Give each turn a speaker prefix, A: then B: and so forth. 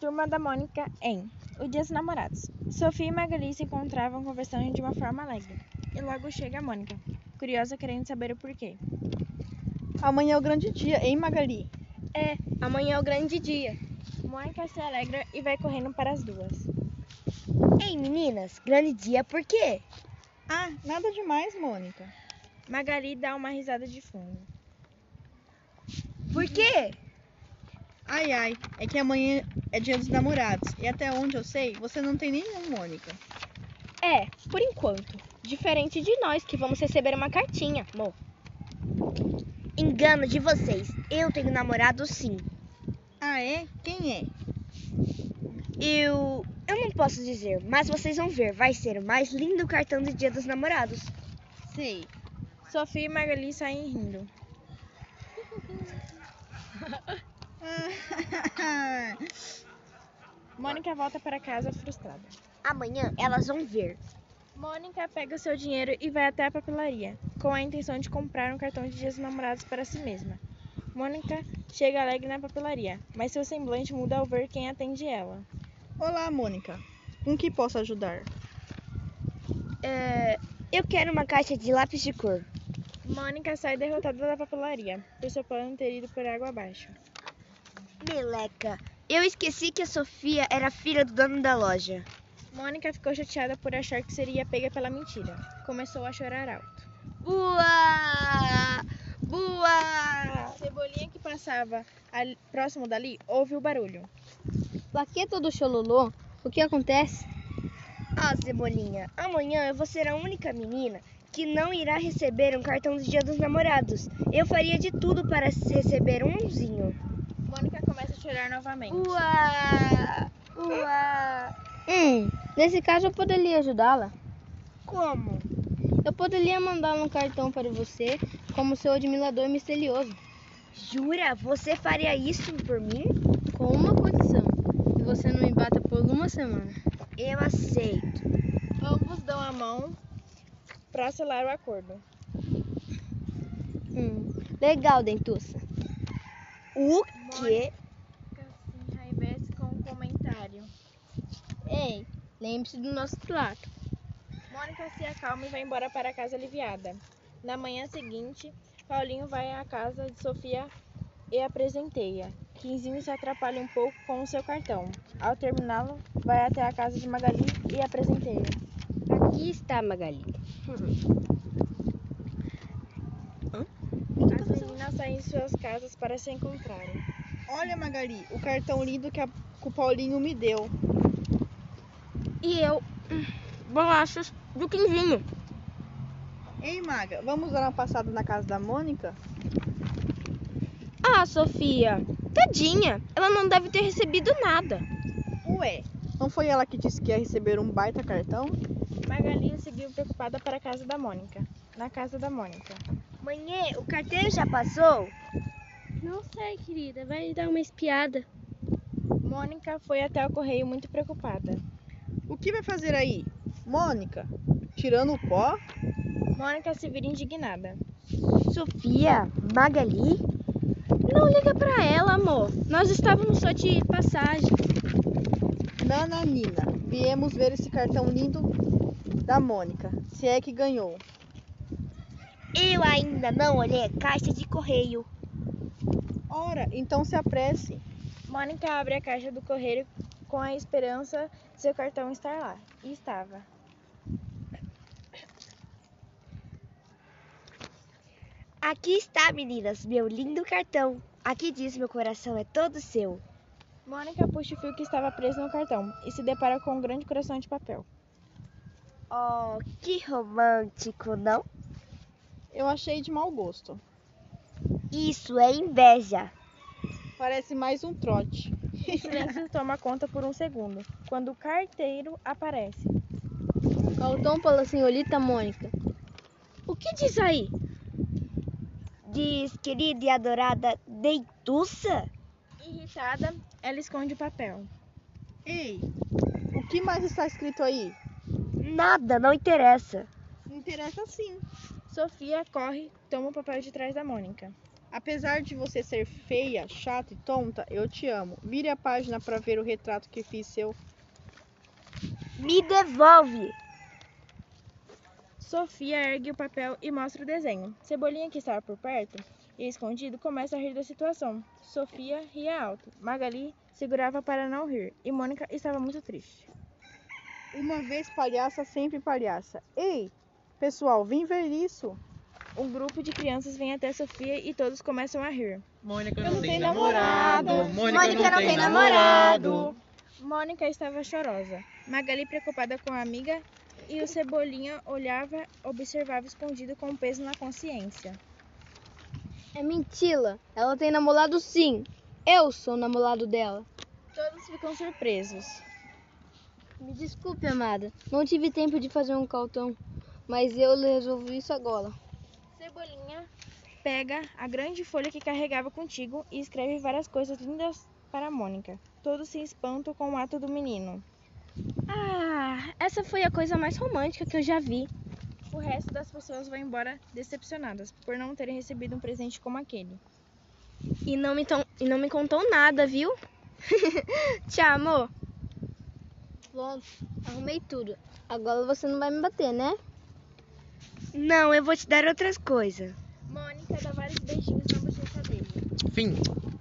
A: Turma da Mônica em O Dia dos Namorados. Sofia e Magali se encontravam conversando de uma forma alegre. E logo chega a Mônica, curiosa querendo saber o porquê.
B: Amanhã é o grande dia, hein, Magali?
C: É, amanhã é o grande dia.
A: Mônica se alegra e vai correndo para as duas.
C: Ei, meninas, grande dia por quê?
B: Ah, nada demais, Mônica.
A: Magali dá uma risada de fundo.
C: Por quê?
B: Ai, ai, é que amanhã é dia dos namorados. E até onde eu sei, você não tem nenhum, Mônica.
C: É, por enquanto. Diferente de nós que vamos receber uma cartinha, amor. Engano de vocês. Eu tenho namorado sim.
B: Ah, é? Quem é?
C: Eu. Eu não posso dizer, mas vocês vão ver. Vai ser o mais lindo cartão do Dia dos Namorados.
B: Sei.
A: Sofia e Magali saem rindo. Mônica volta para casa frustrada.
C: Amanhã elas vão ver.
A: Mônica pega o seu dinheiro e vai até a papelaria, com a intenção de comprar um cartão de dias namorados para si mesma. Mônica chega alegre na papelaria, mas seu semblante muda ao ver quem atende ela.
B: Olá, Mônica. Com que posso ajudar?
A: É,
C: eu quero uma caixa de lápis de cor.
A: Mônica sai derrotada da papelaria, por seu plano ter ido por água abaixo.
C: Meleca, eu esqueci que a Sofia era filha do dono da loja.
A: Mônica ficou chateada por achar que seria pega pela mentira. Começou a chorar alto.
C: Boa! Boa!
A: Cebolinha que passava ali- próximo dali ouve o barulho.
D: Plaqueta do Xololô, o que acontece?
C: Ah, Cebolinha, amanhã eu vou ser a única menina que não irá receber um cartão do Dia dos Namorados. Eu faria de tudo para se receber um umzinho.
A: Mônica começa a chorar novamente.
C: Uá! Uá!
D: Hum, nesse caso eu poderia ajudá-la.
C: Como?
D: Eu poderia mandar um cartão para você como seu admirador misterioso,
C: Jura? Você faria isso por mim?
D: com uma condição, que você não me bata por uma semana.
C: Eu aceito.
A: Ambos dão a mão para selar o acordo.
D: Hum, legal, Dentuça.
C: O quê?
A: Mônica se enraivece com o comentário.
D: Ei, lembre-se do nosso trato.
A: Mônica se acalma e vai embora para casa aliviada. Na manhã seguinte, Paulinho vai à casa de Sofia e a presenteia. Quinzinho se atrapalha um pouco com o seu cartão. Ao terminá-lo, vai até a casa de Magali e a presenteia.
D: Aqui está, Magali.
A: As meninas saem de suas casas para se encontrarem.
B: Olha, Magali, o cartão lindo que, a- que o Paulinho me deu.
D: E eu, hum, bolachas do quinzinho.
B: Ei, Maga, vamos dar uma passada na casa da Mônica?
D: Ah, Sofia, tadinha, ela não deve ter recebido nada.
B: Ué, não foi ela que disse que ia receber um baita cartão?
A: Magali seguiu preocupada para a casa da Mônica. Na casa da Mônica.
C: Manhã, o carteiro já passou?
D: Não sei, querida, vai dar uma espiada.
A: Mônica foi até o correio muito preocupada.
B: O que vai fazer aí? Mônica, tirando o pó?
A: Mônica se vira indignada.
C: Sofia, Magali?
D: Não liga pra ela, amor. Nós estávamos só de passagem.
B: Nananina, viemos ver esse cartão lindo da Mônica, se é que ganhou.
C: Eu ainda não olhei a caixa de correio.
B: Ora, então se apresse.
A: Mônica abre a caixa do correio com a esperança de seu cartão estar lá. E estava.
C: Aqui está, meninas, meu lindo cartão. Aqui diz meu coração é todo seu.
A: Mônica puxa o fio que estava preso no cartão e se depara com um grande coração de papel.
C: Oh, que romântico, não?
B: Eu achei de mau gosto.
C: Isso é inveja.
B: Parece mais um trote.
A: O silêncio toma conta por um segundo, quando o carteiro aparece.
D: Faltou pela senhorita Mônica. O que diz aí?
C: Diz, querida e adorada Deituça?
A: Irritada, ela esconde o papel.
B: Ei, o que mais está escrito aí?
C: Nada, não interessa.
B: Interessa sim.
A: Sofia corre, toma o papel de trás da Mônica.
B: Apesar de você ser feia, chata e tonta, eu te amo. Vire a página para ver o retrato que fiz seu.
C: Me devolve.
A: Sofia ergue o papel e mostra o desenho. Cebolinha, que estava por perto e escondido, começa a rir da situação. Sofia ria alto. Magali segurava para não rir e Mônica estava muito triste.
B: Uma vez palhaça, sempre palhaça. Ei, pessoal, vim ver isso.
A: Um grupo de crianças vem até Sofia e todos começam a rir.
E: Mônica não, tem,
A: namorado.
E: namorado. Mônica, não tem namorado.
A: Mônica estava chorosa. Magali preocupada com a amiga e o Cebolinha olhava, observava escondido com um peso na consciência.
D: É mentira. Ela tem namorado sim. Eu sou o namorado dela.
A: Todos ficam surpresos.
D: Me desculpe, amada. Não tive tempo de fazer um caltão. Mas eu resolvi isso agora.
A: Cebolinha pega a grande folha que carregava contigo e escreve várias coisas lindas para Mônica. Todos se espantam com o ato do menino.
D: Ah, essa foi a coisa mais romântica que eu já vi.
A: O resto das pessoas vão embora decepcionadas por não terem recebido um presente como aquele.
D: E não me, ton- e não me contou nada, viu? Tchau, amor. Pronto, arrumei tudo. Agora você não vai me bater, né?
C: Não, eu vou te dar outras coisas.
A: Mônica dá vários beijinhos na bochecha dele.
E: Fim.